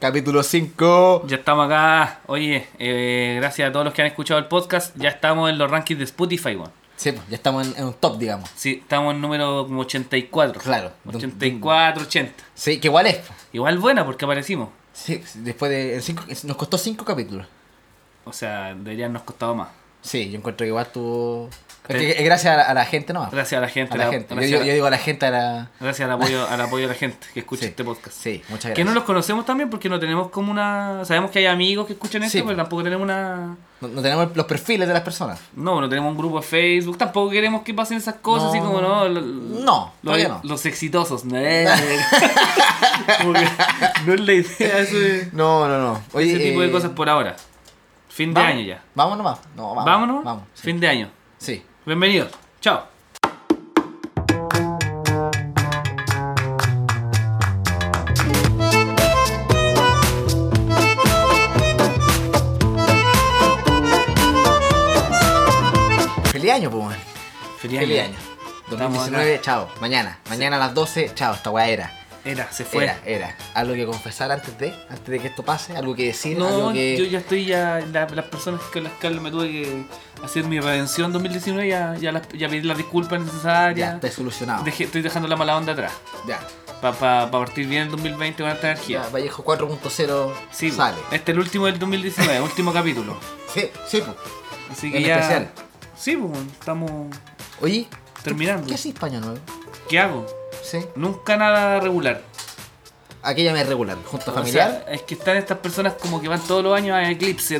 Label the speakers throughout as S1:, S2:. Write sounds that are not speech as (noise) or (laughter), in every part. S1: Capítulo 5.
S2: Ya estamos acá. Oye, eh, gracias a todos los que han escuchado el podcast. Ya estamos en los rankings de Spotify, weón.
S1: Sí, pues, ya estamos en, en un top, digamos.
S2: Sí, estamos en número como 84.
S1: Claro.
S2: 84, 80.
S1: Sí, que igual es. po.
S2: Igual buena porque aparecimos.
S1: Sí, pues, después de. en cinco- nos costó 5 capítulos.
S2: O sea, debería habernos costado más.
S1: Sí, yo encuentro que igual tuvo.
S2: Sí.
S1: Es que- es gracias a la, a la gente nomás.
S2: Gracias a la gente.
S1: Ah, a la
S2: la-
S1: gente. Yo,
S2: Gracias,
S1: digo- yo digo a la gente, a la.
S2: gracias al, apoyo, al apoyo de la gente que escucha
S1: Sí.
S2: este podcast.
S1: Sí, muchas gracias.
S2: Que no los conocemos también porque no tenemos como una... Sabemos que hay amigos que escuchan esto,
S1: Sí.
S2: pero tampoco tenemos una...
S1: No, no tenemos los perfiles de las personas.
S2: (laughs) No, no tenemos un grupo de Facebook, tampoco queremos que pasen esas cosas,
S1: No.
S2: así como, ¿no? lo-
S1: No,
S2: los,
S1: todavía no.
S2: los exitosos. No, Como que no es la idea eso de-
S1: (laughs) No, no, no. Oye,
S2: ese tipo de
S1: eh,
S2: cosas por ahora. Fin de
S1: vamos-
S2: año ya.
S1: Vamos nomás. No, vamos,
S2: Vámonos.
S1: Vamos. Sí.
S2: Fin de año.
S1: sí.
S2: Bienvenidos. Chao.
S1: Feliz año, pues. weón.
S2: Feliz,
S1: Feliz año. 2019, chao. Mañana. Mañana a las 12, chao. Esta weá era.
S2: Era, se fue.
S1: Era, era. Algo que confesar antes de, antes de que esto pase, algo que decir, algo
S2: No,
S1: que.
S2: yo ya estoy ya. la- las personas con las que hablo me tuve que hacer mi redención 2019. Ya, ya, las- ya pedí las disculpas
S1: ya,
S2: necesarias.
S1: está solucionado.
S2: Dejé- estoy dejando la mala onda atrás.
S1: Ya.
S2: Para partir bien el 2020 con alta energía.
S1: Ya, Vallejo 4.0
S2: Sí, po.
S1: sale.
S2: este es el último del 2019, (laughs) último capítulo.
S1: Sí, sí, pues.
S2: Así que
S1: El
S2: ya.
S1: especial.
S2: Sí, pues, estamos.
S1: Oye, ¿tú-
S2: Terminando.
S1: ¿Qué haces paño nuevo?
S2: ¿Qué hago?
S1: Sí.
S2: Nunca nada regular.
S1: Aquella me regular, junta
S2: O
S1: familiar.
S2: sea, es que están estas personas como que van todos los años a Eclipse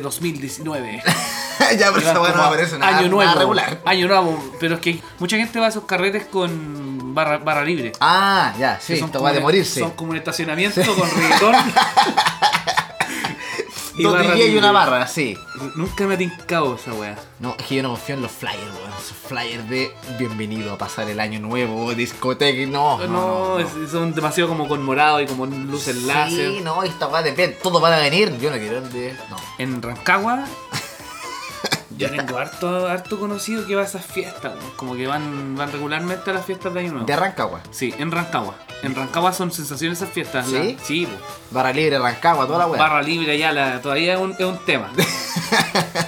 S1: (laughs)
S2: 2019.
S1: ya, pero
S2: Y van
S1: esa weá no
S2: como a
S1: aparece nada.
S2: año nuevo.
S1: nada regular.
S2: Año nuevo. Pero es que mucha gente va a esos carretes con barra, barra libre.
S1: Ah, ya,
S2: que
S1: sí,
S2: son
S1: esto
S2: como
S1: va de
S2: un-
S1: morirse.
S2: Son como un estacionamiento con
S1: (laughs)
S2: reggaetón. y
S1: Dos
S2: barra
S1: DJ y
S2: libre.
S1: una barra, sí.
S2: Nunca me ha tincado esa wea.
S1: No, es que yo no confío en los flyers, weón. Esos flyers de bienvenido a pasar el año nuevo, discoteca, no.
S2: No,
S1: No, Oh, no, no.
S2: es- son demasiado como con morado y como luces
S1: Sí,
S2: láser.
S1: no, esta va de ver, todo van a venir. Yo no quiero el de. No.
S2: En
S1: (laughs)
S2: Rancagua, yo tengo harto, harto conocido que va a esas fiestas, ¿no? como que van, van regularmente a las fiestas de Año Nuevo.
S1: De Rancagua.
S2: sí, en Rancagua. En Rancagua son sensaciones esas fiestas. ¿no?
S1: ¿Sí? Ah,
S2: Sí, po.
S1: Barra libre, Rancagua, toda la weá.
S2: barra libre ya, la, todavía es un, es un
S1: (laughs)
S2: tema.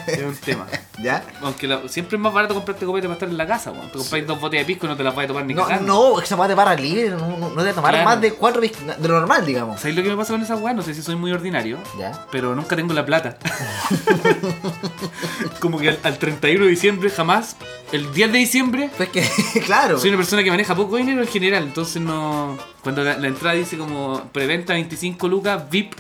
S2: es un tema.
S1: ¿Ya?
S2: Aunque la- siempre es más barato comprarte copete para estar en la casa, weón. Te compras dos botellas de pisco y no te las vas a tomar ni
S1: No,
S2: cagando.
S1: no, esa weá de barra libre, no, no, no debe tomar
S2: Claro.
S1: más de cuatro bis- de lo normal, digamos.
S2: ¿Sabes lo que me pasa con esa weá? No sé si soy muy ordinario.
S1: ¿Ya?
S2: pero nunca tengo la plata. (laughs) Como que al, al 31 de diciembre jamás, el 10 de diciembre,
S1: Pues que, (laughs) claro.
S2: soy una persona que maneja poco dinero en general, entonces no... Cuando la, la entrada dice como preventa 25 lucas, VIP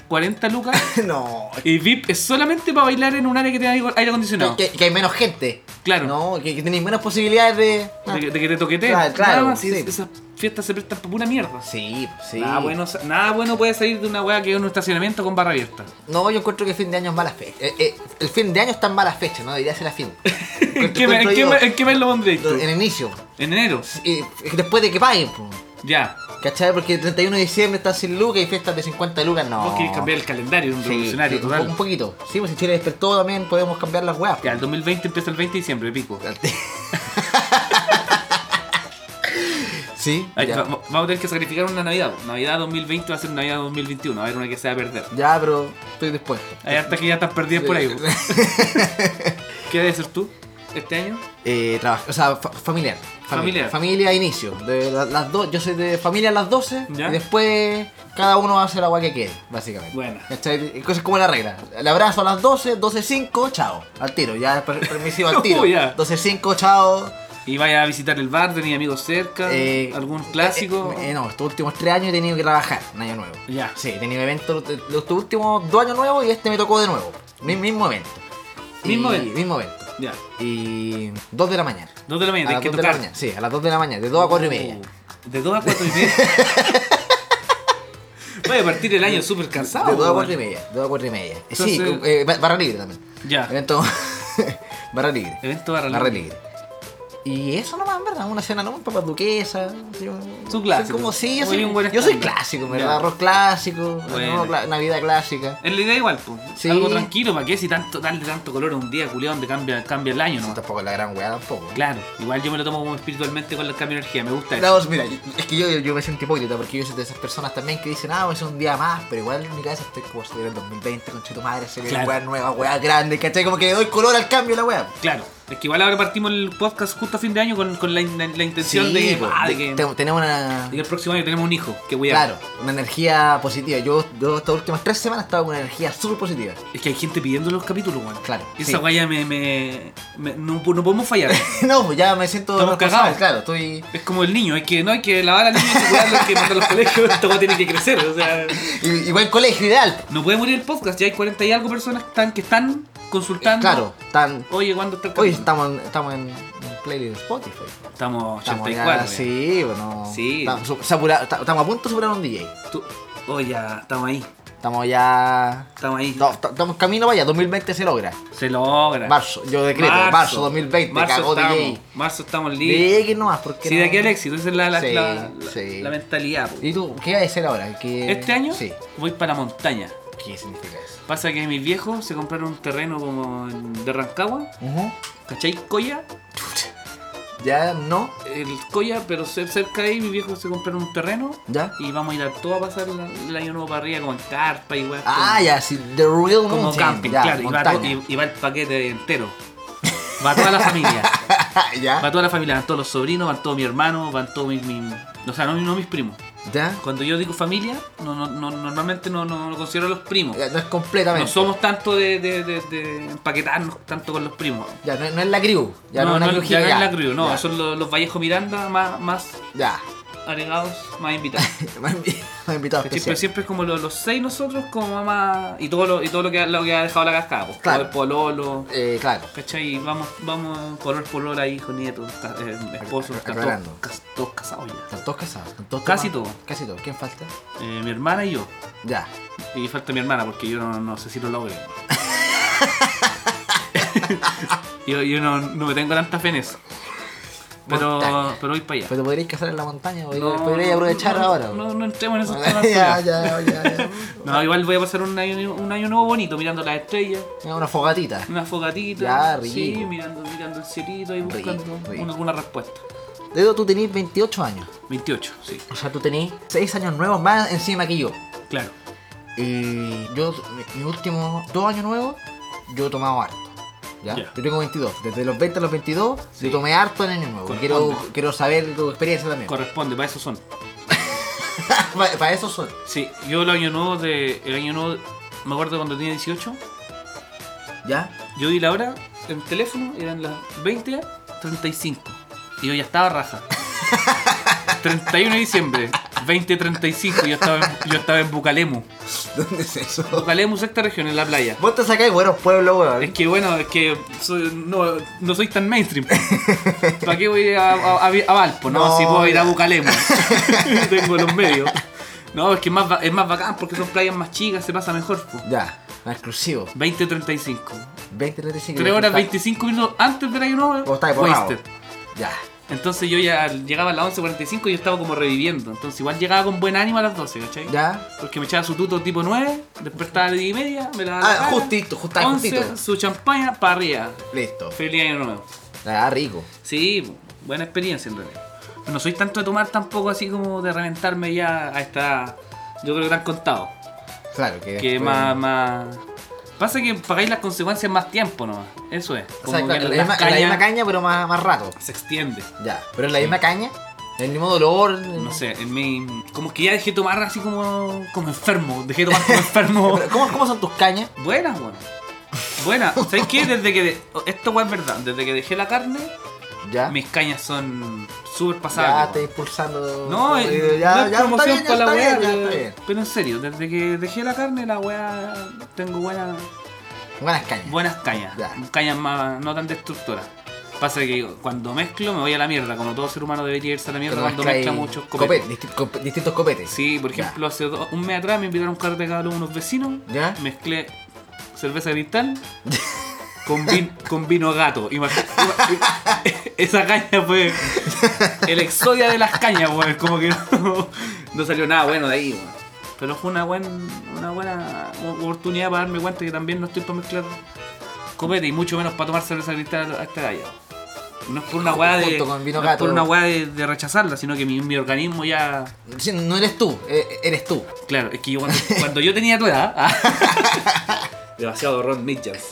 S1: (laughs)
S2: 40 lucas,
S1: No.
S2: y VIP es solamente para bailar en un área que tenga aire aire acondicionado.
S1: Que, que hay menos gente.
S2: Claro.
S1: No, que, que tenéis menos posibilidades de.
S2: De, que- de que te toqueteen.
S1: Claro, claro,
S2: Nada más,
S1: sí.
S2: es- esas fiestas se prestan para pura mierda.
S1: Sí, sí.
S2: Nada, Ah, bueno, sa- nada bueno puede salir de una weá que es un estacionamiento con
S1: (laughs)
S2: barra abierta.
S1: No, yo encuentro que el fin de año es mala fecha. Eh, eh, el fin de año está en mala fecha, no debería ser la fin.
S2: ¿En (laughs) qué, me- en
S1: Encuentro
S2: qué
S1: yo-
S2: me- en qué mes lo pondréis tú?
S1: En el inicio.
S2: En enero.
S1: Y después de que paguen, po.
S2: Ya.
S1: ¿cachai? Porque el 31 de diciembre están sin lucas y fiestas de 50 lucas, no.
S2: Vos querés cambiar el calendario, eres Oh. un
S1: Sí,
S2: revolucionario
S1: sí, un,
S2: total.
S1: po- un poquito. Sí, pues si Chile despertó también podemos cambiar las weas. pues. po.
S2: Ya, el 2020 empieza el 20 de diciembre, pico. (laughs)
S1: sí,
S2: Ay,
S1: ya.
S2: va- va- vamos a tener que sacrificar una Navidad. po. Navidad 2020 va a ser Navidad 2021, va a haber una que se va a perder.
S1: Ya, pero estoy después.
S2: Hay hasta que ya estás perdida por ahí. pues. po. ¿Qué debes ser tú este año?
S1: Eh, trabajo, o sea, fa- familiar.
S2: Familiar.
S1: Familia a inicio. De la- las dos, yo soy de familia a las 12
S2: Ya.
S1: y después cada uno hace la agua que quiere, básicamente.
S2: Buena.
S1: ¿Cachai? Cosas como la regla. El abrazo a las 12, 12.05, chao. Al tiro, ya per- permisivo
S2: (laughs)
S1: al tiro.
S2: Uh, ya.
S1: 12.05, chao.
S2: ¿Y vaya a visitar el bar? ¿Tenéis amigos cerca?
S1: Eh,
S2: ¿Algún clásico?
S1: eh, eh, no, estos últimos tres años he tenido que trabajar en Año Nuevo.
S2: Ya.
S1: Sí, he tenido eventos de- los estos últimos dos años nuevos y este me tocó de nuevo. Mi- mismo evento.
S2: Mismo
S1: Y-
S2: evento.
S1: Mismo evento.
S2: Ya.
S1: Y 2 de la mañana.
S2: Dos de la mañana,
S1: A
S2: hay
S1: las
S2: que
S1: 2 Ah, de la
S2: tocar.
S1: mañana, sí, a las 2 de la mañana, de 2 a 4 y media.
S2: Uh, De 2 a 4
S1: (laughs)
S2: y media. Voy a partir el año súper cansado.
S1: de 2 a
S2: po,
S1: 4 y
S2: Oh. bueno.
S1: media, de 2 a 4 y media. Eh, Sí,
S2: Entonces-
S1: con- eh, ba- barra libre también.
S2: Ya.
S1: Evento- (laughs) barra libre.
S2: Evento barra
S1: Barra
S2: libre.
S1: libre. Y eso nomás, en verdad, una cena no, papas duquesas. Yo,
S2: Son clásicos.
S1: Soy como sí, yo
S2: Muy
S1: soy,
S2: un buen
S1: yo soy
S2: estándar.
S1: clásico, en
S2: Ya.
S1: ¿verdad? Arroz clásico,
S2: Bueno.
S1: no, cla- Navidad clásica.
S2: Es la idea igual, pues.
S1: Sí.
S2: Algo tranquilo, ¿para qué? Si tanto, darle tanto color a un día, culiado, donde cambia, cambia el año,
S1: No,
S2: ¿no?
S1: tampoco es la gran weá tampoco.
S2: Claro, igual yo me lo tomo como espiritualmente con la cambio de energía, me gusta eso.
S1: No, pues, mira, es que yo, yo me siento hipócrita porque yo soy de esas personas también que dicen, ah, es un día más, pero igual en mi casa estoy como si fuera el 2020, con tu madre, se viene
S2: Claro.
S1: weá nueva, weá grande, ¿cachai? Como que le doy color al cambio a la weá.
S2: Claro, es que igual ahora partimos el podcast justo a fin de año con, con la, in- la- la intención de, que-
S1: po,
S2: ah, de
S1: de-
S2: que,
S1: te- tenemos una.
S2: de que el próximo año tenemos un hijo que cuidar.
S1: Claro, una energía positiva. Yo, yo estas últimas tres semanas estaba con una energía súper positiva. (laughs)
S2: Es que hay gente pidiendo los capítulos, weón.
S1: Claro,
S2: Esa
S1: sí.
S2: guaya me. me- me- no, no podemos fallar.
S1: no, pues ya me siento.
S2: Estamos
S1: responsable,
S2: cagados.
S1: Claro, estoy.
S2: es como el niño, hay que, no hay que lavar al niño y cuidarlo, hay que mandar los (laughs) colegios. Esta guaya tiene que crecer, o sea.
S1: i- Igual colegio ideal.
S2: No puede morir el podcast, ya hay 40 y algo personas que están, que están consultando.
S1: Eh, Claro, tan.
S2: Oye, ¿cuándo está el
S1: Hoy
S2: capítulo?
S1: estamos en, estamos en en playlist de Spotify.
S2: Estamos
S1: Estamos
S2: 84.
S1: ya- sí, bueno.
S2: Sí.
S1: Estamos, su- supera- esta- estamos a punto de superar un DJ.
S2: ya. Tú- Oye, ya, estamos ahí.
S1: Estamos ya.
S2: Estamos ahí.
S1: no, t- estamos camino para allá, 2020 se logra.
S2: Se logra.
S1: Marzo, yo decreto, marzo, 2020,
S2: marzo
S1: cagó
S2: estamos,
S1: DJ.
S2: Marzo estamos libres.
S1: DJ que no más, porque.
S2: Si de
S1: no-
S2: aquí al éxito, esa es la, la,
S1: Sí,
S2: la- la-
S1: sí.
S2: la mentalidad. po.
S1: ¿Y tú qué vas a hacer ahora? ¿Qué-
S2: Este año
S1: Sí.
S2: voy para la montaña.
S1: ¿Qué significa eso?
S2: Pasa que mis viejos se compraron un terreno como en- de Rancagua,
S1: Ujú.
S2: ¿cachai? Coya,
S1: Ya no,
S2: el Coya, pero cer- cerca de ahí mis viejos se compraron un terreno
S1: ya.
S2: y vamos a ir a todo a pasar la- el año nuevo para arriba como en carpa y weá.
S1: Ah,
S2: como-
S1: ya, sí, The Real
S2: Como
S1: Mountain,
S2: camping,
S1: ya,
S2: claro, y va,
S1: montaña.
S2: to- y- y va el paquete entero. Va toda la familia.
S1: (laughs) ya,
S2: Va toda la familia, van todos los sobrinos, van todos mis hermanos, van todos mis. mis- o sea, no, no mis primos.
S1: ya.
S2: Cuando yo digo familia, no, no, no- normalmente no, no, no considero a los primos.
S1: Ya, No es completamente.
S2: No somos tanto de, de- de- de empaquetarnos tanto con los primos.
S1: Ya, no, no es la crew. Ya no,
S2: no,
S1: es una
S2: no,
S1: crew
S2: ya no es
S1: gigante,
S2: la crew, no,
S1: ya,
S2: son los, los Vallejo Miranda más, más
S1: Ya. (laughs)
S2: agregados, más invitados.
S1: Me han invi- me han invitado
S2: ¿Cachai?
S1: (laughs)
S2: Pero
S1: especial.
S2: siempre es como los, los seis nosotros, como mamá y todo lo, y todo lo que, ha- lo que ha dejado la cascada. pues,
S1: Claro.
S2: El pololo,
S1: Eh, claro.
S2: ¿Cachai? Vamos, vamos, color polola, hijo, nieto, ca- eh, esposo,
S1: Ac-
S2: está
S1: aclarando.
S2: todos cas- todos casados ya.
S1: Están todos casados. están todos
S2: Casi
S1: tomados.
S2: todos.
S1: Casi todos. ¿Quién falta?
S2: Eh, mi hermana y yo.
S1: Ya.
S2: Y falta mi hermana porque yo no, no sé si
S1: (laughs)
S2: lo logre. yo yo no, no me tengo tanta fe en eso. Pero,
S1: Montaña.
S2: pero voy para allá.
S1: Pero te podríais casar en la montaña. Podríais
S2: No,
S1: podríais aprovechar
S2: no,
S1: ahora.
S2: No,
S1: bro.
S2: no, no entremos en
S1: (laughs)
S2: esos
S1: ya,
S2: temas.
S1: ya,
S2: culiados.
S1: ya, ya.
S2: No, igual voy a pasar un año, un año nuevo bonito mirando las estrellas.
S1: Ya, Una fogatita.
S2: Una fogatita,
S1: Ya, rico.
S2: sí, mirando, mirando el cielito y
S1: Rico,
S2: buscando
S1: rico.
S2: una- alguna respuesta.
S1: Dedo, tú tenés 28 años.
S2: 28, sí,
S1: O sea, tú tenés 6 años nuevos más encima que yo.
S2: claro.
S1: Eh, yo, mi- mis últimos dos años nuevos, yo he tomado harto. ¿ya?
S2: Ya.
S1: Yo tengo 22. Desde los 20 a los 22,
S2: Sí.
S1: yo tomé harto en año nuevo.
S2: Corresponde.
S1: Quiero, quiero saber tu experiencia también. (laughs)
S2: Corresponde, para eso son.
S1: Para eso son.
S2: Sí, yo el año nuevo de. El año nuevo. Me acuerdo cuando tenía 18.
S1: ¿Ya? (laughs)
S2: Yo vi la hora en teléfono, eran las 20, 35. Y yo ya estaba raja. 31 de diciembre, 20.35, yo estaba, en, yo estaba en Bucalemu.
S1: ¿Dónde es eso?
S2: Bucalemu, sexta región, en la playa.
S1: Vos te sacáis buenos pueblos,
S2: Es
S1: weón.
S2: que bueno, es que soy- no, no soy tan mainstream. ¿Para qué voy a, a, a- a Valpo? No,
S1: No,
S2: si puedo ir a
S1: ya. (laughs)
S2: Bucalemo. Tengo los medios. No, es que es más, ba- es más bacán porque son playas más chicas, se pasa mejor. po.
S1: Ya, más exclusivo.
S2: 20.35.
S1: 20, 35.
S2: 3 horas
S1: Está-
S2: 25 minutos antes del año nuevo.
S1: Vos estáis borrado.
S2: wasted.
S1: Ya.
S2: Entonces yo ya llegaba a las 11.45 y yo estaba como reviviendo. Entonces igual llegaba con buen ánimo a las 12, ¿cachai?
S1: Ya.
S2: Porque me echaba su tuto tipo 9, despertaba a las 10 y media, me la
S1: Ah, justito, justa-
S2: 11,
S1: justito.
S2: su champaña para arriba.
S1: Listo.
S2: Feliz año nuevo.
S1: Ah, rico.
S2: Sí, buena experiencia en realidad. No soy tanto de tomar tampoco así como de reventarme ya a esta. Yo creo que te han contado.
S1: Claro, que.
S2: Que
S1: después-
S2: más, más. Pasa que pagáis las consecuencias más tiempo nomás. Eso es.
S1: O sea,
S2: Como
S1: claro,
S2: que
S1: la,
S2: las
S1: misma, la misma
S2: cañas
S1: caña, pero más, más rato.
S2: se extiende.
S1: Ya. Pero es la misma caña. El mismo dolor.
S2: No sé, en mi. Como que ya dejé de tomar así como. como enfermo. Dejé de tomar
S1: (laughs)
S2: como enfermo.
S1: Pero, ¿Cómo, ¿Cómo son tus cañas?
S2: Buenas, weón. Buenas. ¿Sabes qué? Desde que. de- Esto weón es verdad. Desde que dejé la carne,
S1: Ya.
S2: mis cañas son súper
S1: Ya
S2: pasables.
S1: te
S2: weón.
S1: expulsando.
S2: No, es-
S1: ya,
S2: no
S1: ya,
S2: es
S1: ya, está
S2: promoción
S1: bien, ya
S2: para la
S1: está
S2: weá.
S1: bien, ya está
S2: pero-
S1: bien.
S2: Pero en serio, desde que dejé la carne, la weá. Tengo buenas.
S1: Buenas cañas.
S2: Buenas cañas.
S1: Ya.
S2: Cañas más, no tan destructoras. Pasa que cuando mezclo me voy a la mierda, como todo ser humano debería irse a la
S1: Pero
S2: mierda cuando
S1: mezcláis
S2: mezcla muchos copetes.
S1: copete, disti- cop- distintos copetes.
S2: Sí, por
S1: Ya.
S2: ejemplo, hace do- un mes atrás me invitaron a un carrete cada uno unos vecinos.
S1: ¿Ya?
S2: Mezclé cerveza cristal con, vin- con vino gato. Imag- ima- Esa caña fue el exodia de las cañas, weón. Como que no, no salió nada bueno de ahí, weón. Pero fue una, buen, una buena oportunidad para darme cuenta que también no estoy para mezclar copete y mucho menos para tomar cerveza cristal a esta galla. No es por una weá de,
S1: Junto con vino
S2: no es
S1: gato.
S2: por una weá de, de rechazarla, sino que mi, mi organismo ya.
S1: Sí, No eres tú, e- eres tú.
S2: Claro, es que yo cuando, cuando yo tenía tu edad. ah, (laughs) Demasiado Ron Mitchells.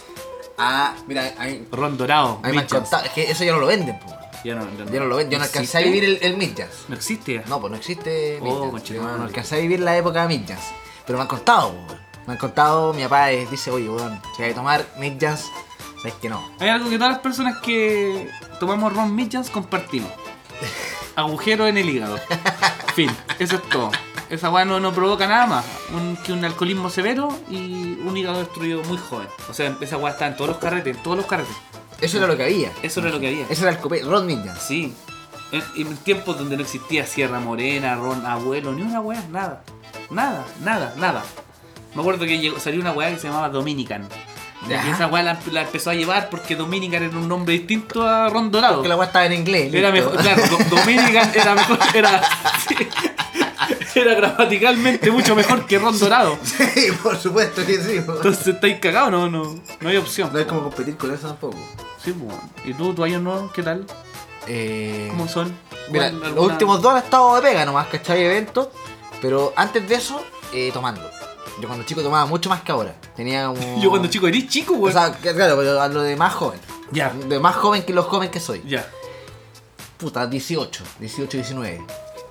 S1: Ah, mira, a mí,
S2: Ron Dorado.
S1: a mí me han
S2: Mitchells.
S1: contado. Es que eso ya no lo venden, po.
S2: Ya no, ya no.
S1: Ya no lo venden. Yo no alcancé a
S2: ¿Existe?
S1: vivir el, el Midjazz.
S2: No existe ya.
S1: No, pues no existe
S2: Oh,
S1: Midjazz.
S2: conchetumare.
S1: Yo no alcancé a vivir la época de Midjazz. Pero me han contado, po. Me han contado, mi papá eh, dice, oye, weón, si hay que tomar Midjazz, sabes que no.
S2: Hay algo que todas las personas que tomamos Ron Mitchans compartimos. Agujero en el hígado. Fin, eso es todo. Esa weá no, no provoca nada más un- que un alcoholismo severo y un hígado destruido muy joven. O sea, esa weá está en todos los carretes, en todos los carretes.
S1: Eso era lo que había.
S2: Eso era lo que había.
S1: Eso era el copete, Ron Midjazz.
S2: Sí. En, en tiempos donde no existía Sierra Morena, Ron Abuelo, ni una weá, nada. Nada, nada, nada. Me acuerdo que llegó- salió una weá que se llamaba Dominican.
S1: Ya.
S2: Y esa weá la, la empezó a llevar porque Dominican era un nombre distinto a Ron Dorado.
S1: Porque la weá estaba en inglés.
S2: Era
S1: listo.
S2: mejor, claro, Do- Dominican era mejor, era, (laughs) sí. era gramaticalmente mucho mejor que Ron Dorado.
S1: (laughs) Sí, por supuesto que sí, po.
S2: Entonces estáis cagados, no, no, no hay opción.
S1: No es como competir con eso tampoco.
S2: Sí, pues. ¿Y tú, tu año nuevo, qué tal?
S1: Eh,
S2: ¿Cómo son?
S1: Mira,
S2: ¿Cuál-
S1: los
S2: alguna-
S1: últimos dos han estado de pega nomás, ¿cachai? Eventos. Pero antes de eso, eh, tomando. Yo cuando chico tomaba mucho más que ahora. Tenía como...
S2: (laughs) Yo cuando chico eres chico,
S1: O
S2: weón.
S1: sea, que- claro, pero hablo de más joven.
S2: Pues- Ya.
S1: De más joven que los jóvenes que soy.
S2: Ya.
S1: Puta, 18. 18, 19.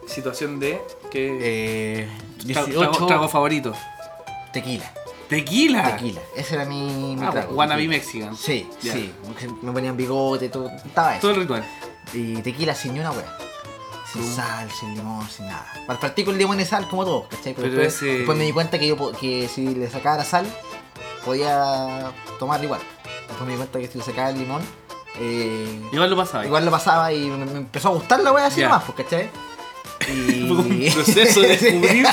S2: Situación de que
S1: Eh,
S2: Tra-
S1: 18.
S2: trago, trago favorito.
S1: Tequila.
S2: Tequila.
S1: Tequila. Ese era mi, mi
S2: Ah,
S1: trago.
S2: wannabe
S1: tequila.
S2: mexican.
S1: Sí,
S2: Ya.
S1: sí. Me ponían bigote, todo. Estaba eso.
S2: Todo el ritual.
S1: Y tequila sin ni una wea. Sin
S2: Mm.
S1: sal, sin limón, sin nada. Para partir con limón y sal, como todo, ¿cachai? Pero
S2: Pero
S1: después,
S2: ese-
S1: después me di cuenta que yo po- que si le sacara sal, podía tomar igual. Después me di cuenta que si le sacaba el limón, eh,
S2: Igual lo pasaba.
S1: igual lo pasaba y me, me empezó a gustar la wea así
S2: Ya.
S1: nomás, pues, ¿cachai? Y...
S2: (laughs) Fue como un proceso de
S1: Sí.
S2: descubrir,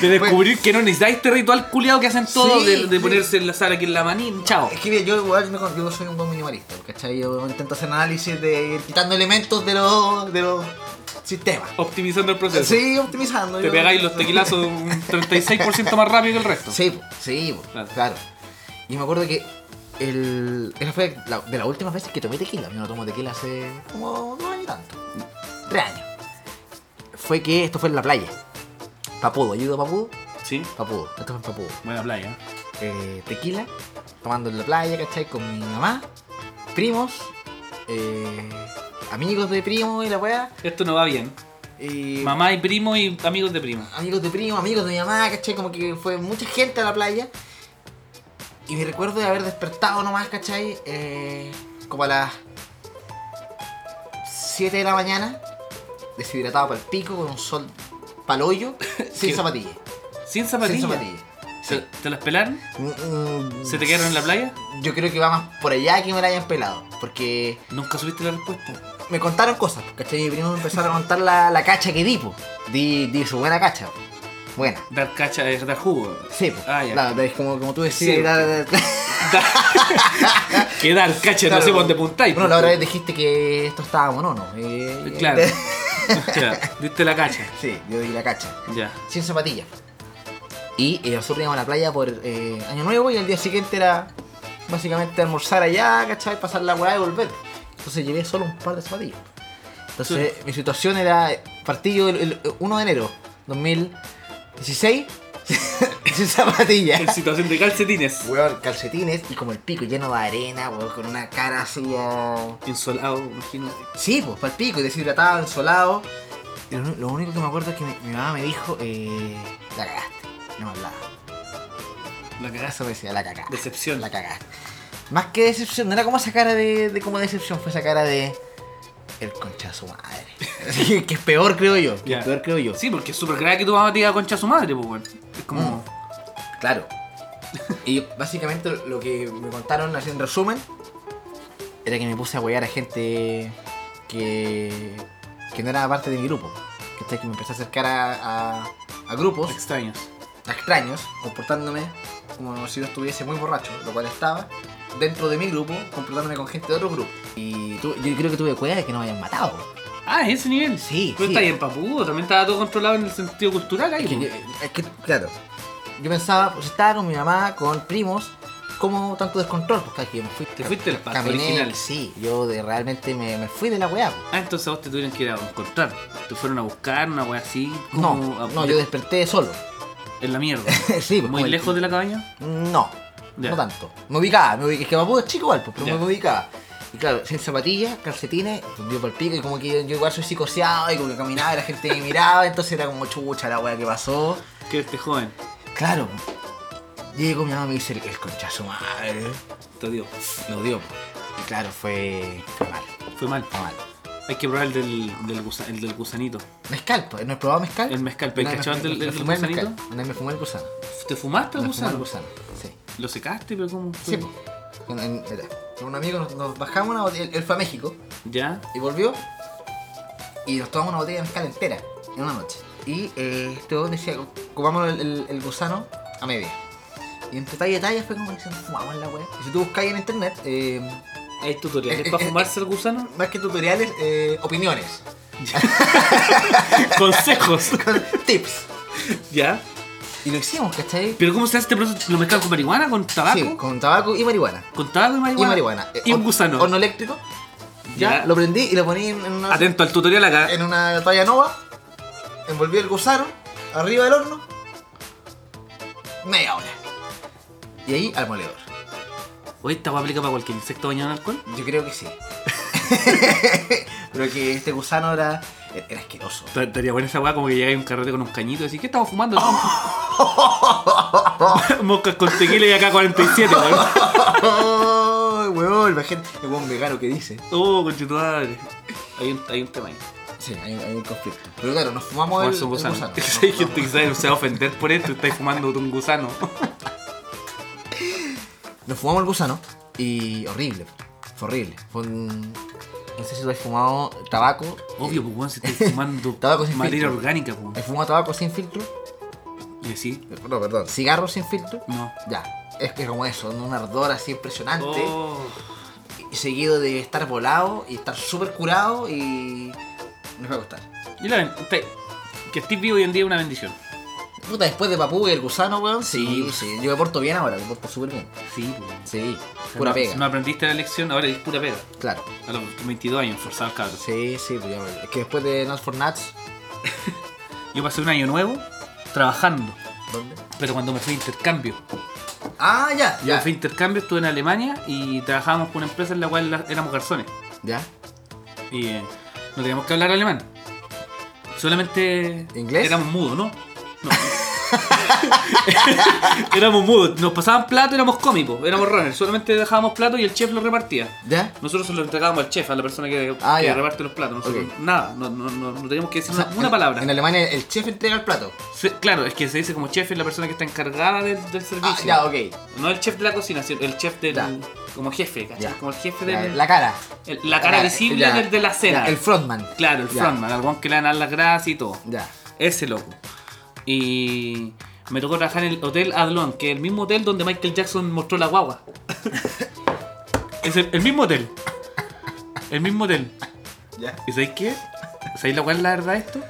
S2: de descubrir que no necesitáis este ritual culiado que hacen todos
S1: Sí,
S2: de, de
S1: sí.
S2: ponerse la sal aquí en la maní. Chao.
S1: (laughs) Es que mira, yo igual me con- yo soy un buen minimalista, pues, ¿cachai? Yo intento hacer análisis de ir quitando elementos de los, de los sistemas.
S2: Optimizando el proceso.
S1: Sí, optimizando.
S2: Te
S1: yo-
S2: pegáis los tequilazos un 36% más rápido que el
S1: (laughs)
S2: resto.
S1: Sí, po, sí, po,
S2: Claro.
S1: claro. Y me acuerdo que el, esa fue la- de las últimas veces que tomé tequila. Yo no tomo tequila hace como dos años y tanto. Tres años. Fue que esto fue en la playa. Papudo, ayudo a Papudo.
S2: Sí.
S1: Papudo, esto fue en Papudo.
S2: Buena playa.
S1: Eh, tequila, tomando en la playa, ¿cachai? Con mi mamá, primos, eh, amigos de primo y la weá.
S2: Esto no va bien.
S1: Y
S2: Mamá y primo y amigos de primo.
S1: amigos de primo, amigos de mi mamá, ¿cachai? Como que fue mucha gente a la playa. Y me recuerdo de haber despertado nomás, ¿cachai? Eh, como a las 7 de la mañana, deshidratado para el pico, con un sol
S2: (laughs)
S1: palollo, sin
S2: ¿Qué?
S1: zapatillas.
S2: Sin zapatillas.
S1: Sin zapatillas.
S2: ¿Te,
S1: Sí.
S2: te las pelaron?
S1: Mm, mm,
S2: ¿Se te quedaron en la playa?
S1: Yo creo que va más por allá que me la hayan pelado. Porque
S2: Nunca subiste la respuesta.
S1: me contaron cosas, ¿cachai? Mi primo me empezaron a contar la, la cacha que di, po. Di, di su buena cacha. po. Buena.
S2: Dar cacha es dar jugo.
S1: Sí, pues.
S2: Ah, ya.
S1: Claro, es como, como tú decís.
S2: Sí,
S1: la- la-
S2: (laughs) que dar
S1: (laughs)
S2: cacha,
S1: claro,
S2: no sé por dónde apuntáis.
S1: Bueno, la otra vez dijiste que esto estaba monono. eh,
S2: Claro. O sea, diste la cacha.
S1: (laughs) sí, yo di la cacha. (laughs)
S2: Ya.
S1: Sin zapatillas. Y eh, nosotros íbamos a la playa por eh, Año Nuevo y el día siguiente era básicamente almorzar allá, ¿cachai? Pasar la weá y volver. Entonces llevé solo un par de zapatillas. Entonces mi situación era eh, partido el, el 1 de enero 2016 (laughs) sin zapatillas.
S2: En situación de calcetines.
S1: Weón, calcetines y como el pico lleno de arena, weón, con una cara así ah,
S2: Insolado, imagino.
S1: Sí, pues, para el pico, deshidratado, ensolado. Y Lo, lo único que me acuerdo es que mi, mi mamá me dijo, eh, la cagaste. No me hablaba.
S2: La cagaza.
S1: Eso me decía, la cagaste.
S2: Decepción.
S1: La cagaste. Más que decepción, no era como esa cara de, de como decepción, fue esa cara de... El conchazo madre. (laughs) Así que es peor, creo yo. que
S2: Ya.
S1: Es peor, creo yo.
S2: Sí, porque es súper grave que tu mamá te diga concha a su madre, pues, weón. Es como.
S1: Mm. Claro. Y básicamente lo que me contaron, así en resumen, era que me puse a huear a gente que, que no era parte de mi grupo. ¿Cachai? Que me empecé a acercar a, a- a grupos
S2: Extraños.
S1: a extraños, comportándome como si yo estuviese muy borracho, lo cual estaba, dentro de mi grupo, comportándome con gente de otro grupo. Y Y tu- yo creo que tuve cueva de que no me hayan matado.
S2: Ah, ese nivel.
S1: Sí,
S2: Pero
S1: sí.
S2: está bien, papudo. También estaba todo controlado en el sentido cultural ahí.
S1: Es que,
S2: po.
S1: yo- es que, claro, yo pensaba, pues estaba con mi mamá, con primos, como tanto descontrol, pues claro, que yo me fui.
S2: Te fuiste al paso
S1: Caminé,
S2: original.
S1: Sí, yo de- realmente me, me fui de la weá. pues.
S2: Ah, entonces a vos te tuvieron que ir a encontrar. Te fueron a buscar, una wea así.
S1: No,
S2: como a-
S1: no, yo desperté solo. (laughs)
S2: En la mierda.
S1: sí, pues,
S2: Muy
S1: como-
S2: lejos de la cabaña.
S1: No,
S2: Ya.
S1: no tanto. Me ubicaba, me ubicaba. Es que Maputo es chico igual, pues, pero
S2: Ya.
S1: me ubicaba. Y claro, sin zapatillas, calcetines, dio por el pico y como que yo, yo igual soy psicoseado y como que caminaba y la gente me miraba, entonces era como chucha la weá que pasó.
S2: Que este joven.
S1: Claro. Llego, mi mamá me dice, el, el conchazo madre.
S2: Te dio.
S1: Lo dio. po. Y claro, fue, fue mal,
S2: Fue mal.
S1: fue mal.
S2: Hay que probar el del, del, gusa- el del gusanito.
S1: Mezcal, pues, ¿no he probado mezcal?
S2: El mezcal, pero
S1: Una vez
S2: ¿cachai
S1: me-
S2: del-
S1: me
S2: del
S1: fumé el
S2: gusanito?
S1: mezcal, una vez me fumé el gusano.
S2: ¿Te fumaste el
S1: Me fumé el
S2: gusano?
S1: gusano, sí.
S2: Lo secaste, pero ¿cómo
S1: Sí,
S2: fue?
S1: po. Con, en- era, con un amigo nos, nos bajamos una botella, él, él fue a México
S2: ¿Ya?
S1: y volvió y nos tomamos una botella de mezcal entera en una noche. Y eh, este weón decía, comamos el, el- el gusano a media. Y entre talla y talla fue como que se nos fumamos la wea. Y si tú buscáis en internet, eh,
S2: ¿Hay
S1: Eh,
S2: tutoriales
S1: eh,
S2: para
S1: eh,
S2: fumarse el gusano?
S1: más que tutoriales, eh, opiniones, (laughs)
S2: eh, (laughs) Consejos.
S1: tips.
S2: ¿Ya?
S1: Y lo hicimos, ¿cachai?
S2: ¿Pero cómo se hace este proceso? ¿Lo mezclan con marihuana? ¿Con tabaco?
S1: Sí, con tabaco y marihuana.
S2: Con tabaco y marihuana.
S1: Y marihuana. Eh,
S2: Y un
S1: hor-
S2: gusano.
S1: Horno eléctrico.
S2: Ya.
S1: Ya. Lo prendí y lo poní en en una,
S2: Atento al tutorial acá.
S1: en una toalla nova. Envolví el gusano arriba del horno. Media hora. Y ahí al moledor.
S2: Oye, esta a aplica para cualquier insecto bañado en alcohol.
S1: Yo creo
S2: (laughs)
S1: que sí. Pero que este gusano era, era asqueroso. (laughs)
S2: Ta- Estaría buena esa weá como que llega un carrete con un cañito y decís, ¿qué estamos (laughs) fumando? Moscas con tequila y acá 47, weón.
S1: ¡Oh, weón! Imagínate, el weón vegano que dice.
S2: Oh, conchetumadre. Hay un, hay un tema ahí.
S1: Sí, hay, hay un conflicto. Pero claro, nos fumamos el,
S2: Fumarse
S1: el
S2: un gusano. (laughs)
S1: gusano.
S2: Hay gente que sabe- se va a ofender por esto, estáis fumando un gusano.
S1: Nos fumamos el gusano y horrible, fue horrible. Fue un- No sé si tú has fumado tabaco.
S2: (laughs) Obvio, pues, weón, si
S1: (laughs)
S2: estáis fumando
S1: Tabaco sin
S2: materia
S1: filtro. Eh.
S2: orgánica, weón.
S1: ¿Has fumado tabaco sin filtro?
S2: Y así,
S1: No, perdón. ¿Cigarro sin filtro?
S2: no.
S1: Ya. Es que como eso, un ardor así impresionante,
S2: Oh,
S1: y seguido de estar volado y estar súper curado y... Nos va a gustar.
S2: y la ven- te- que estés vivo hoy en día es una bendición.
S1: Puta, después de Papú y el gusano, weón, sí,
S2: Sí.
S1: sí. Yo me porto bien ahora, me porto súper bien.
S2: Sí, weón.
S1: Sí, pura
S2: no,
S1: pega.
S2: No aprendiste la lección, ahora es pura pega.
S1: Claro.
S2: A los 22 años, forzados cabros.
S1: Sí, sí, pues ya, es que después de Nuts for Nuts,
S2: Yo pasé un año nuevo trabajando,
S1: ¿dónde?
S2: pero cuando me fui a intercambio.
S1: Ah, ya,
S2: Yo
S1: ya.
S2: me fui a intercambio, estuve en Alemania y trabajábamos con una empresa en la cual la- éramos garzones.
S1: Ya.
S2: Y eh, no teníamos que hablar alemán. Solamente.
S1: ¿Inglés?
S2: Éramos mudos, ¿no? No. (laughs) éramos mudos. Nos pasaban plato, éramos cómicos, éramos runners. Solamente dejábamos plato y el chef lo repartía.
S1: ¿Ya?
S2: Nosotros se lo entregábamos al chef, a la persona que,
S1: Ah,
S2: que
S1: ya.
S2: reparte los platos. Nosotros
S1: Ok.
S2: nada, no, no, no, no teníamos que decir
S1: O sea,
S2: una, una
S1: en-
S2: palabra.
S1: En Alemania el chef entrega el plato.
S2: Se- claro, es que se dice como chef es la persona que está encargada del, del servicio.
S1: Ah, ya, ok.
S2: No el chef de la cocina, sino el chef del.
S1: Ya.
S2: como jefe, ¿cachai?
S1: Ya.
S2: Como el jefe
S1: Ya,
S2: del.
S1: La cara.
S2: el- La, cara
S1: Ya,
S2: visible
S1: ya,
S2: del de la cena.
S1: ya, el frontman.
S2: claro, el
S1: Ya.
S2: frontman, al guan que le dan las gracias y todo.
S1: Ya.
S2: Ese loco. Y. Me tocó trabajar en el Hotel Adlon, que es el mismo hotel donde Michael Jackson mostró la guagua. (laughs) es el, el mismo hotel. El mismo hotel.
S1: Ya. (laughs)
S2: ¿Y sabéis qué? ¿Sabéis lo cual es la verdad de esto?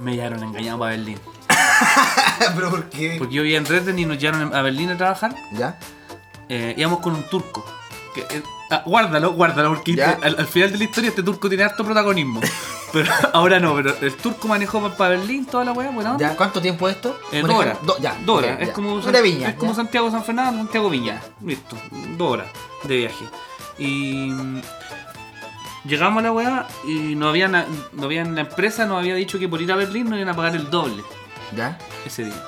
S2: Me llevaron engañado para Berlín.
S1: Pero ¿por qué?
S2: Porque yo vivía en Dresden y nos llevaron a Berlín a trabajar.
S1: Ya.
S2: Eh, íbamos con un turco. Que, eh, ah, guárdalo, guárdalo, porque
S1: Ya.
S2: este- al, al final de la historia este turco tiene
S1: (laughs)
S2: harto protagonismo. pero ahora no, pero el turco manejó para Berlín toda la weá, bueno.
S1: ¿Ya? ¿Cuánto tiempo esto?
S2: Eh, dos
S1: Manejar-
S2: horas.
S1: do- ya.
S2: Dos
S1: ok,
S2: horas. es
S1: ya.
S2: como,
S1: Una viña.
S2: es como
S1: ya.
S2: Santiago San Fernando, Santiago Viña. Listo. Dos horas de viaje. Y. mm, Llegamos a la weá y no habían, no habían, la empresa nos había dicho que por ir a Berlín nos iban a pagar el doble
S1: Ya.
S2: ese día.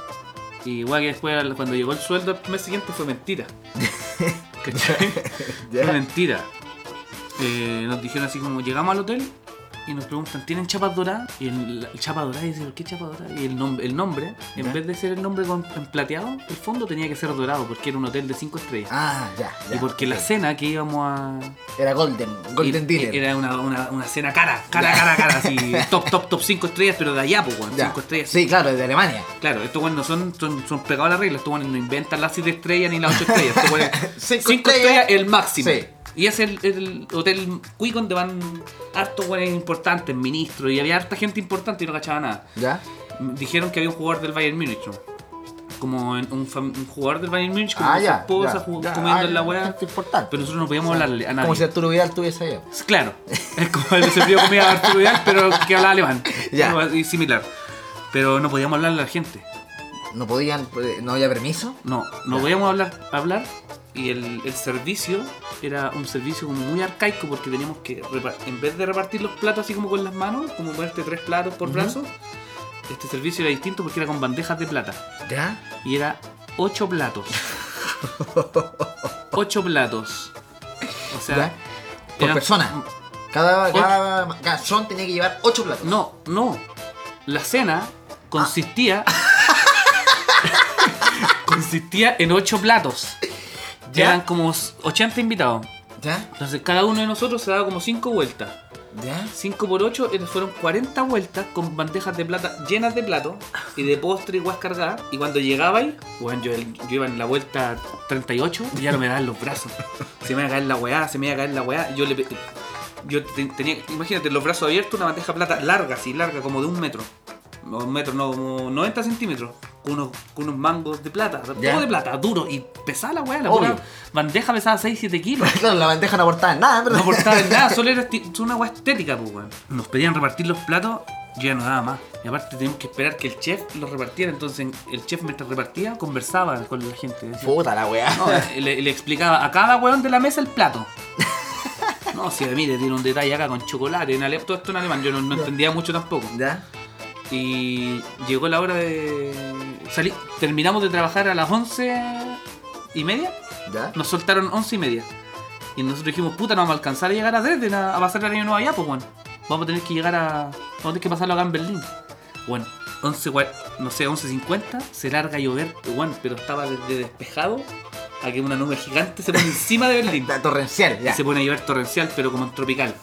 S2: Y igual que después, al- cuando llegó el sueldo el mes siguiente,
S1: (laughs)
S2: fue mentira. ¿Cachai? (laughs)
S1: Ya.
S2: Fue mentira. Eh, nos dijeron así como, llegamos al hotel y nos preguntan, ¿tienen chapas doradas? Y el, el chapa dorada dice, ¿qué chapa dorada? Y el, nom- el nombre, en
S1: Ya.
S2: vez de ser el nombre con, en plateado, el fondo tenía que ser dorado porque era un hotel de 5 estrellas.
S1: Ah, ya. ya,
S2: y porque la
S1: ok.
S2: cena que íbamos a...
S1: Era Golden. Golden
S2: era-
S1: Dinner.
S2: Era una, una- una cena cara, cara, cara,
S1: (laughs)
S2: cara, así, top, top, top 5 estrellas, pero de allá, pues, 5
S1: Ya.
S2: estrellas.
S1: Sí, claro, es de Alemania.
S2: Claro, estos güeyes no son, son, son pegados a la regla, estos güeyes no inventan las 7 estrellas ni las 8 estrellas, estos güeyes
S1: (laughs) Cinco
S2: 5 estrellas el máximo.
S1: Sí.
S2: Y es el, el hotel Cuico donde van hartos güeyes importantes, ministros, y había harta gente importante y no cachaba nada.
S1: ¿Ya?
S2: Dijeron que había un jugador del Bayern Múnich, ¿no? Como en- un, fam- un jugador del Bayern Múnich con
S1: Ah,
S2: su
S1: ya.
S2: esposa
S1: ya,
S2: jug-
S1: ya,
S2: comiendo
S1: ah,
S2: en la weá.
S1: gente importante.
S2: Pero nosotros no podíamos hablarle a nadie.
S1: Como si Arturo Vidal estuviese allá.
S2: Claro, es como el servicio de comida de Arturo Vidal, pero que hablaba alemán.
S1: (laughs) Ya.
S2: Algo así similar. Pero no podíamos hablarle a la gente.
S1: No podían, eh, no había permiso.
S2: No, no podíamos hablar, hablar y el, el servicio era un servicio como muy arcaico porque teníamos que, repa- en vez de repartir los platos así como con las manos, como ponerte tres platos por
S1: Ujú.
S2: brazo, este servicio era distinto porque era con bandejas de plata
S1: ¿Ya?
S2: y era
S1: (laughs)
S2: ocho platos. ocho platos. O sea,
S1: ¿Ya? Por
S2: eran-
S1: persona. Cada, cada garzón tenía que llevar 8 platos.
S2: No, no. La cena consistía.
S1: Ah.
S2: (laughs) consistía en ocho platos.
S1: ¿Ya?
S2: Eran como 80 invitados.
S1: ¿Ya?
S2: Entonces cada uno de nosotros se daba como cinco vueltas.
S1: ¿Ya?
S2: 5 por 8 fueron 40 vueltas con bandejas de plata llenas de plato y de postre y guas cargadas. Y cuando llegaba ahí, weón, yo, yo iba en la vuelta 38 y ya no me daban los brazos. Se me iba a caer la weá, se me iba a caer la weá. Yo le pe- yo te- tenía, imagínate, los brazos abiertos, una bandeja de plata larga, así larga, como de un metro. No, Un metro, no, como 90 centímetros. Con unos, con unos mangos de plata,
S1: Ya.
S2: todo de plata, duro. Y pesada la weá, la
S1: Obvio.
S2: pura bandeja pesaba 6-7 kilos.
S1: Claro, la bandeja no aportaba nada, en ¿verdad?
S2: (laughs) No aportaba en nada, solo era esti- una agua estética, pues, weón. Nos pedían repartir los platos, yo ya no daba más. Y aparte teníamos que esperar que el chef los repartiera. Entonces el chef mientras repartía conversaba con la gente. decía-
S1: Puta la weá.
S2: No, le, le explicaba a cada weón de la mesa el plato. No, si mire, tiene un detalle acá con chocolate, en ale- todo esto en alemán, yo no, no entendía mucho tampoco.
S1: ¿Ya?
S2: Y llegó la hora de salir. Terminamos de trabajar a las once y media
S1: ¿Ya?
S2: nos soltaron 11 y media. Y nosotros dijimos, puta, no vamos a alcanzar a llegar a Dresden a, a pasar el año nuevo allá, pues, bueno. Vamos a tener que llegar a. Vamos a tener que pasarlo acá en Berlín. Bueno, 11, cua- no sé, 11.50, se larga a llover, bueno, pero estaba desde despejado a que una nube gigante se pone encima de Berlín.
S1: La torrencial, (laughs) ya.
S2: Se pone a llover torrencial, pero como en tropical.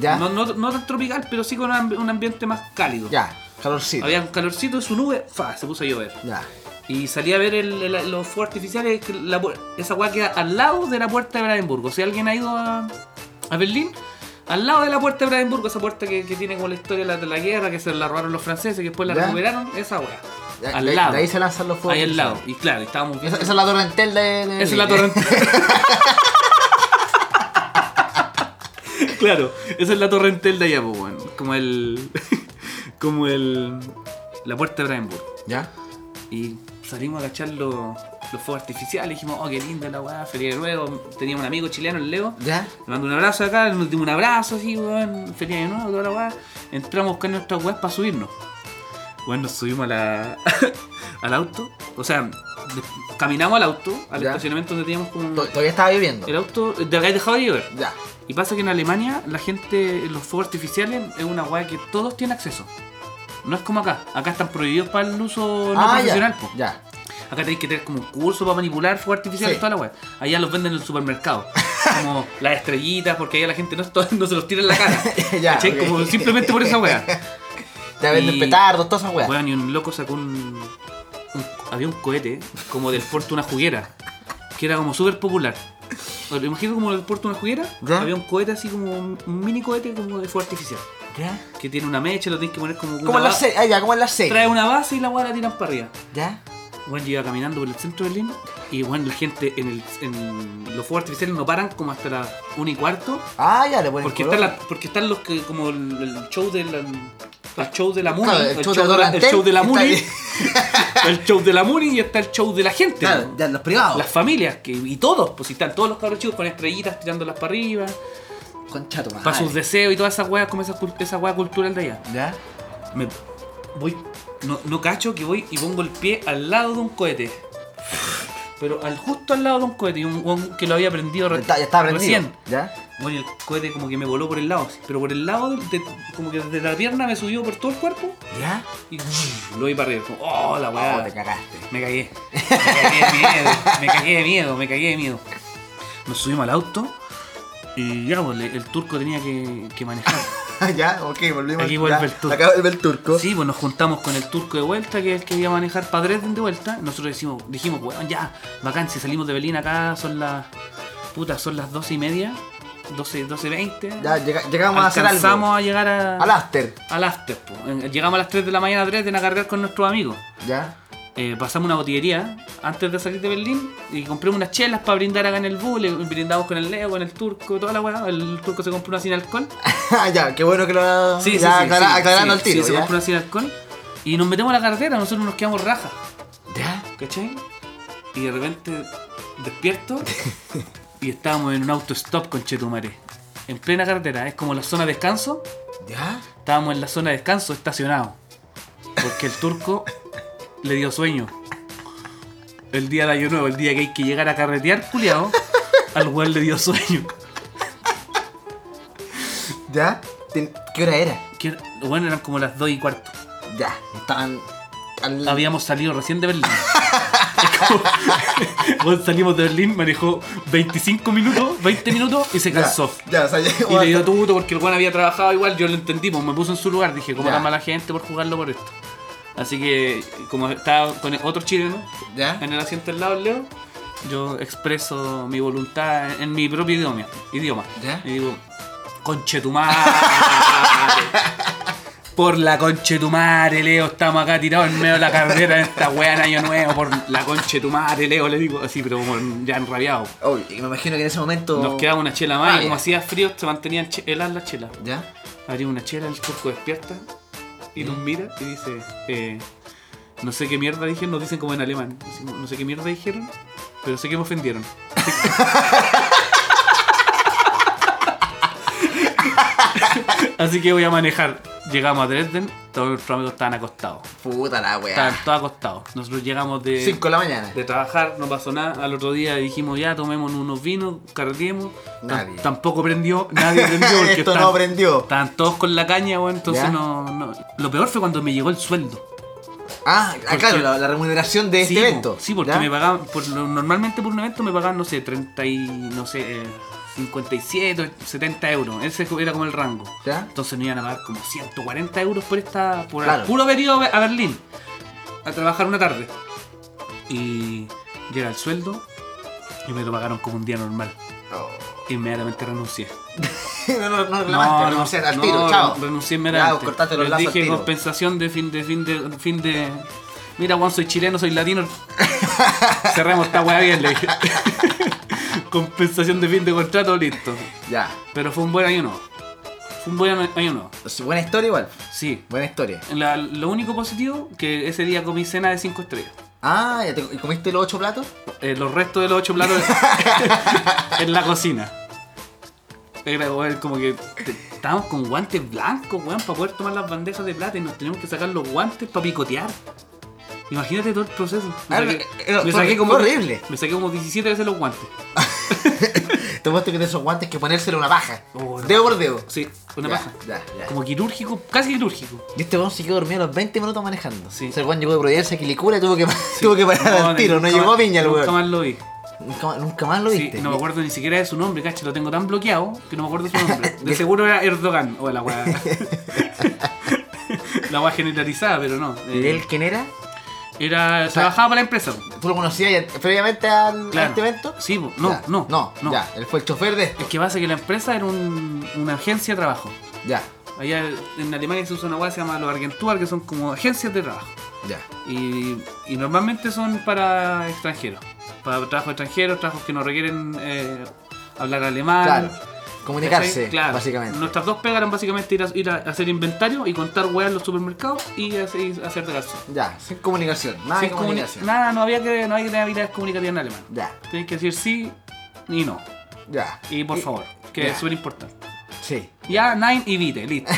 S1: ¿Ya?
S2: No, no, no tan tropical, pero sí con un ambi- un ambiente más cálido.
S1: Ya. Calorcito.
S2: Había un calorcito, su nube, fa, se puso a llover.
S1: Ya.
S2: Y salí a ver el- el- los fuegos artificiales. que la pu- esa weá queda al lado de la puerta de Brandenburgo. Si alguien ha ido a, a Berlín, al lado de la puerta de Brandenburgo, esa puerta que, que tiene como la historia de la, de la guerra, que se la robaron los franceses, que después la
S1: Ya.
S2: recuperaron, esa weá.
S1: Ya,
S2: al
S1: de,
S2: lado.
S1: de ahí se lanzan los fuegos.
S2: Ahí al lado. Y claro, estábamos
S1: Esa,
S2: viendo.
S1: esa es la torrentel de. de-
S2: Esa es la torrente. (laughs) claro, esa es la torrentel de allá, pues, weón. Como el. (laughs) como el. La puerta de Brandenburgo.
S1: ¿Ya?
S2: Y salimos a cachar los, los fuegos artificiales. Dijimos, oh, qué lindo la weá, feliz año nuevo. Teníamos un amigo chileno, el Leo.
S1: ¿Ya?
S2: Le mando un abrazo acá, nos dimos un abrazo así, weón. Feliz año nuevo, toda la weá. Entramos a buscar nuestras weas para subirnos. Bueno, nos subimos a la, (laughs) al auto. O sea, de- caminamos al auto, al
S1: Ya.
S2: estacionamiento donde teníamos como.
S1: To- Todavía estaba viviendo.
S2: El auto, de habéis dejado de llover.
S1: Ya.
S2: Y pasa que en Alemania la gente, los fuegos artificiales es una weá que todos tienen acceso. No es como acá. Acá están prohibidos para el uso no
S1: ah,
S2: profesional.
S1: ya.
S2: po.
S1: Ya. (laughs)
S2: Acá tenéis que tener como un curso para manipular fuegos artificiales
S1: Sí.
S2: toda la weá. Allá los venden en el supermercado.
S1: (laughs)
S2: Como las estrellitas, porque allá la gente no, (laughs) es to- no se los tira en la cara.
S1: Ya,
S2: ¿Cachai?
S1: ok.
S2: Como simplemente por esa weá.
S1: (laughs) Ya venden
S2: Y-
S1: petardos, todas esas weas.
S2: Weón, y un loco sacó un, un- Había un cohete como del puerto una juguera. Que era como súper popular. Bueno, imagino como del puerto una juguera.
S1: Ya.
S2: Había un cohete así como un un mini cohete como de fuego artificial.
S1: ¿Ya?
S2: Que tiene una mecha, lo tienes que poner como.
S1: Como
S2: una
S1: en la
S2: ba-
S1: serie. Ah, ya, como en la serie.
S2: Trae una base y la weá la tiran para arriba.
S1: ¿Ya?
S2: Bueno, yo iba caminando por el centro de Berlín y bueno, la gente en, el, en los fuegos artificiales no paran como hasta las 1 y cuarto
S1: Ah, ya le ponen
S2: porque
S1: color.
S2: están, la- porque están los que como el, el show de la el show de la Muni,
S1: Claro, el
S2: el,
S1: show
S2: show
S1: de
S2: de la, el
S1: Dorantel,
S2: show de la
S1: está
S2: Muni,
S1: ahí.
S2: (laughs) el show de la Muni y está el show de la gente,
S1: Claro,
S2: ¿no?
S1: ya oh. los privados.
S2: las familias que, y todos, pues si están todos los cabros chicos con estrellitas tirándolas para arriba,
S1: Concha tu madre.
S2: para sus deseos y todas esas weas como esa, cul- esa wea cultural de allá.
S1: ¿Ya?
S2: Me voy. No, no cacho que voy y pongo el pie al lado de un cohete. Pero al justo al lado de un cohete, y un weón que lo había aprendido
S1: Ya está, ya está aprendido.
S2: recién.
S1: ¿Ya?
S2: Bueno, y el cohete como que me voló por el lado, así, pero por el lado, del- de- como que desde la pierna me subió por todo el cuerpo
S1: ¿Ya?
S2: y lo vi para arriba. Como, ¡Oh, la
S1: Oh,
S2: weá!
S1: te cagaste.
S2: me cagué. Me cagué de miedo, me cagué de miedo, me cagué de miedo. Nos subimos al auto y ya, pues, le- el turco tenía que- que manejar.
S1: (laughs) ya, ok, volvimos.
S2: Aquí vuelve
S1: ya.
S2: el turco.
S1: Acá vuelve el turco.
S2: Sí, pues nos juntamos con el turco de vuelta, que es el que iba a manejar para Dresden de vuelta. Nosotros decimos, dijimos, weón, ya, bacán, si salimos de Berlín acá son las Puta, son las 12 y media, 12, 12 20.
S1: Ya llega- llegamos a hacer
S2: Alcanzamos
S1: algo.
S2: a llegar a,
S1: Al after.
S2: al after, po. En- Llegamos a las 3 de la mañana, 3 de la cargar con nuestros amigos.
S1: Ya. (laughs)
S2: Eh, pasamos una botillería antes de salir de Berlín y compramos unas chelas para brindar acá en el bus. le- Brindamos con el Leo, con el turco, toda la weá. El turco se compró una sin alcohol.
S1: ya, qué bueno que lo ya aclara- aclarando
S2: sí,
S1: el tiro.
S2: sí, se
S1: ya.
S2: compró una sin alcohol. Y nos metemos a la carretera, nosotros nos quedamos rajas.
S1: Ya.
S2: ¿Cachai? Y de repente
S1: (laughs)
S2: despierto y estábamos en un autostop con Chetumare. En plena carretera, es como la zona de descanso.
S1: Ya.
S2: Estábamos en la zona de descanso estacionado. Porque el turco le dio sueño. El día de año nuevo, el día que hay que llegar a carretear, culiao, al weón le dio sueño.
S1: Ya. Ten- ¿Qué hora era?
S2: Que, bueno, eran como las 2 y cuarto.
S1: Ya. Estaban. al-
S2: Habíamos salido recién de Berlín. (laughs) Es como- Weón, salimos de Berlín, manejó 25 minutos, 20 minutos y se
S1: Ya,
S2: cansó.
S1: Ya, o sea, (laughs)
S2: Y le
S1: ya-
S2: dio tuto porque el weón había trabajado igual, yo lo entendí, pues, me puso en su lugar, dije, como
S1: Ya.
S2: tan mala gente por jugarlo por esto. Así que, como estaba con otro chileno
S1: Ya.
S2: en el asiento al lado del Leo, yo expreso mi voluntad en mi propio idioma. idioma.
S1: Ya.
S2: Y digo, conchetumare. por la conchetumare, Leo, estamos acá tirados en medio de la carrera de esta wea en Año Nuevo, por la conchetumare, Leo, le digo así, pero como ya enrabiado.
S1: Oh, y me imagino que en ese momento.
S2: Nos quedaba una chela más
S1: Ah,
S2: y
S1: ya.
S2: como hacía frío se mantenían che- heladas las chelas.
S1: Ya.
S2: Abrimos una chela, el turco despierta y nos mira y dice, eh, no sé qué mierda dijeron, nos dicen como en alemán, así como, no sé qué mierda dijeron, pero sé que me ofendieron. (laughs) Así que voy a manejar. Llegamos a Dresden, todos nuestros amigos estaban acostados.
S1: Puta la
S2: Estaban
S1: weá.
S2: todos acostados. Nosotros llegamos de...
S1: 5 de la mañana.
S2: eh, De trabajar, no pasó nada. Al otro día dijimos ya, tomemos unos vinos, carreteemos. Tam-
S1: Nadie.
S2: tampoco prendió, nadie prendió
S1: (laughs)
S2: porque
S1: Esto
S2: estaban-
S1: no prendió.
S2: Estaban todos con la caña, weón, entonces
S1: Ya.
S2: no, no. Lo peor fue cuando me llegó el sueldo.
S1: Ah, ah,
S2: Porque-
S1: claro, la, la remuneración de este
S2: po,
S1: evento.
S2: Sí, porque
S1: ¿ya?
S2: me pagaban. por lo- normalmente por un evento me pagaban, no sé, 30 y. no sé, eh, 57, 70 euros. Ese era como el rango.
S1: ¿Ya?
S2: Entonces nos iban a pagar como 140 euros por esta. por
S1: Claro.
S2: puro haber ido a Be- a Berlín. A trabajar una tarde. Y llega el sueldo y me lo pagaron como un día normal.
S1: Oh.
S2: Inmediatamente renuncié.
S1: (laughs) no, no, no reclamaste, renuncié al tiro, chao.
S2: Renuncié
S1: Ya,
S2: inmediatamente.
S1: cortaste los
S2: Les
S1: lazos al
S2: dije
S1: tiro.
S2: compensación de fin de fin de fin de. Mira, Juan, soy chileno,
S1: (laughs)
S2: soy latino. Cerramos esta weá bien, le dije. (laughs) compensación de fin de contrato, listo.
S1: Ya.
S2: Pero fue un buen año nuevo. Fue un buen año nuevo.
S1: Es Buena historia igual.
S2: Sí.
S1: Buena historia.
S2: La- lo único positivo, que ese día comí cena de 5 estrellas.
S1: Ah, ¿ya te- ¿y comiste los ocho platos? (laughs)
S2: Eh, los restos de los ocho platos en la cocina. Era weón, como que te- estábamos con guantes blancos, weón, para poder tomar las bandejas de plata y nos teníamos que sacar los guantes para picotear. Imagínate todo el proceso. Me
S1: Ah,
S2: saqué,
S1: era-
S2: me
S1: fue
S2: saqué
S1: horri-
S2: como,
S1: fue horrible.
S2: Me saqué como 17 veces los guantes.
S1: Te puesto que de esos guantes que ponérselo una paja.
S2: Oh, no.
S1: dedo por dedo.
S2: Sí, una
S1: Ya,
S2: paja.
S1: Ya, ya.
S2: Como quirúrgico, casi quirúrgico.
S1: Y este weón se quedó dormido a los 20 minutos manejando.
S2: Sí.
S1: O sea, el weón llegó de Providencia, Quilicura y tuvo que, tuvo que parar al tiro. No
S2: nunca
S1: llegó
S2: más-
S1: a Viña el
S2: Nunca
S1: weón.
S2: más lo vi.
S1: Nunca, más- nunca más lo
S2: Sí,
S1: viste.
S2: no me acuerdo ni siquiera de su nombre, cacho, lo tengo tan bloqueado que no me acuerdo de
S1: (laughs)
S2: su nombre. De seguro era Erdogan, o la weá. la weá generalizada, pero no.
S1: ¿Y
S2: Eh,
S1: él quién era?
S2: Era,
S1: sea,
S2: trabajaba para la empresa.
S1: ¿Tú lo conocías ya previamente al, a
S2: Claro.
S1: este evento?
S2: Sí, po. no,
S1: Ya.
S2: no,
S1: no.
S2: no.
S1: Ya, él fue el chofer de este. esto.
S2: Es que pasa que la empresa era un- una agencia de trabajo.
S1: Ya,
S2: Allá en Alemania se usa una weá que se llama los Agentur, que son como agencias de trabajo.
S1: ya.
S2: Y, y normalmente son para extranjeros. Para trabajos extranjeros, trabajos que no requieren eh, hablar alemán.
S1: Claro. Comunicarse,
S2: ¿Cachai? Claro.
S1: básicamente.
S2: Nuestras dos pegas eran básicamente ir a, ir a hacer inventario y contar weas en los supermercados y hacer, y hacer de garzón.
S1: Ya, sin comunicación. Nada
S2: Sin
S1: de
S2: comuni-
S1: comunicación.
S2: Nada, no había que, no había que tener habilidades comunicativas en alemán.
S1: Ya,
S2: Tienes que decir sí y no.
S1: ya.
S2: Y por favor, que
S1: ya.
S2: es súper importante.
S1: Sí. (laughs)
S2: Ya, nine y vite, listo.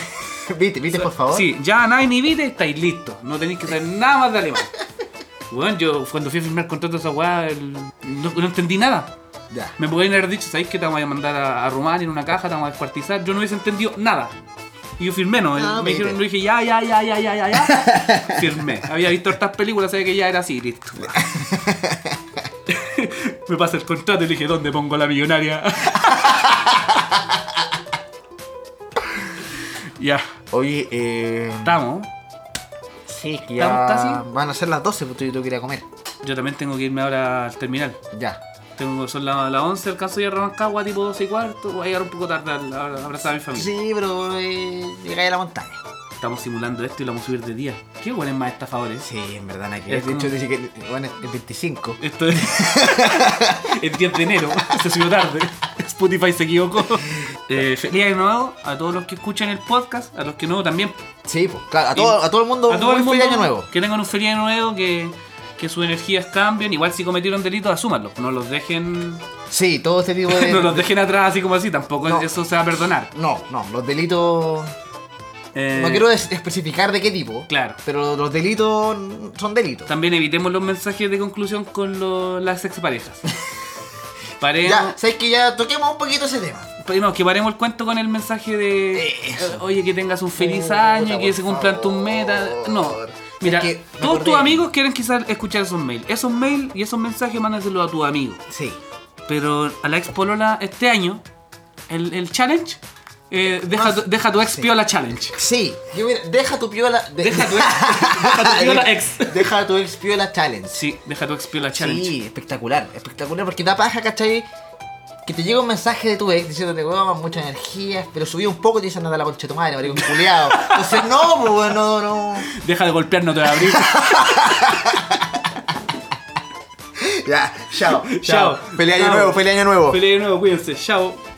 S1: Viste, viste, por favor.
S2: Sí, ya nine y vite, estáis listos. No tenéis que saber nada más de
S1: (laughs)
S2: alemán. Bueno, yo cuando fui a firmar contrato de esa weá, el- no, no entendí nada.
S1: Ya.
S2: Me podrían haber dicho, ¿sabéis que te vamos a mandar a, a Rumania en una caja, te vamos a descuartizar? Yo no hubiese entendido nada. Y yo firmé, ¿no?
S1: Ah,
S2: me dijeron,
S1: mire.
S2: yo dije, ya, ya, ya, ya, ya, ya, ya. firmé. Había visto estas películas, sabía que ya era así, listo. me pasa el contrato y le dije, ¿dónde pongo la millonaria? (laughs) ya,
S1: Oye, eh.
S2: estamos.
S1: Sí, que
S2: ¿Estamos
S1: ya.
S2: casi?
S1: pues, Van a ser las 12, porque yo tengo que ir a comer.
S2: Yo también tengo que irme ahora al terminal.
S1: Ya.
S2: Tengo, son las la 11, alcanzo ya a Rancagua tipo 12 y cuarto. Voy a llegar un poco tarde a, la- a abrazar a mi familia.
S1: Sí, pero eh, llegáis a la montaña.
S2: Estamos simulando esto y lo vamos a subir de día. Qué buenos más estafadores.
S1: Sí, en verdad, no hay que
S2: Es
S1: De hecho,
S2: como-
S1: dice que bueno, es 25.
S2: Esto es. (laughs) el 10 de enero, (laughs) se subió tarde. Spotify se equivocó. Eh, feliz año nuevo a todos los que escuchan el podcast, a los que no también.
S1: Sí, pues claro, a todo, a todo el mundo
S2: a todo
S1: muy
S2: el mundo.
S1: feliz año nuevo.
S2: Que tengan un feliz año nuevo, que, que sus energías cambien. Igual si cometieron delitos, asúmanlo. No los dejen.
S1: Sí, todo este tipo de.
S2: (laughs) No los dejen atrás así como así, tampoco
S1: No.
S2: eso se va a perdonar.
S1: No, no, los delitos.
S2: Eh,
S1: No quiero es- especificar de qué tipo.
S2: Claro.
S1: Pero los delitos son delitos.
S2: También evitemos los mensajes de conclusión con lo-
S1: (laughs)
S2: las exparejas.
S1: Ya,
S2: Paremos,
S1: sabes que ya toquemos un poquito ese tema.
S2: no, que paremos el cuento con el mensaje de
S1: Eso.
S2: eh, oye que tengas un feliz
S1: Puta,
S2: año, que
S1: por
S2: se cumplan tus
S1: favor.
S2: metas. No.
S1: Es
S2: Mira,
S1: que me
S2: todos
S1: acordé.
S2: tus amigos quieren quizás escuchar esos mails. Esos mails y esos mensajes mándaselos a tus amigos.
S1: Sí.
S2: Pero a la ex polola este año, el, el challenge, eh, deja,
S1: Ah,
S2: tu, deja tu ex
S1: sí.
S2: piola challenge.
S1: Sí, yo mira, deja tu piola. de-
S2: Deja tu ex- deja tu
S1: (laughs)
S2: piola ex.
S1: Deja tu ex piola challenge.
S2: Sí, deja tu ex piola challenge.
S1: Sí, espectacular, espectacular, porque da paja, ¿cachai? Que te llega un mensaje de tu ex diciéndote, weón, mucha energía, pero subí un poco y te dicen, anda la concha de tu madre, maricón culiado. Entonces, no, pues, weón, no, no.
S2: Deja de golpear, no te voy
S1: (laughs)
S2: a abrir.
S1: Ya, chao,
S2: Chao.
S1: Feliz año
S2: Chao.
S1: nuevo, feliz año nuevo.
S2: Feliz año nuevo, cuídense. Chao.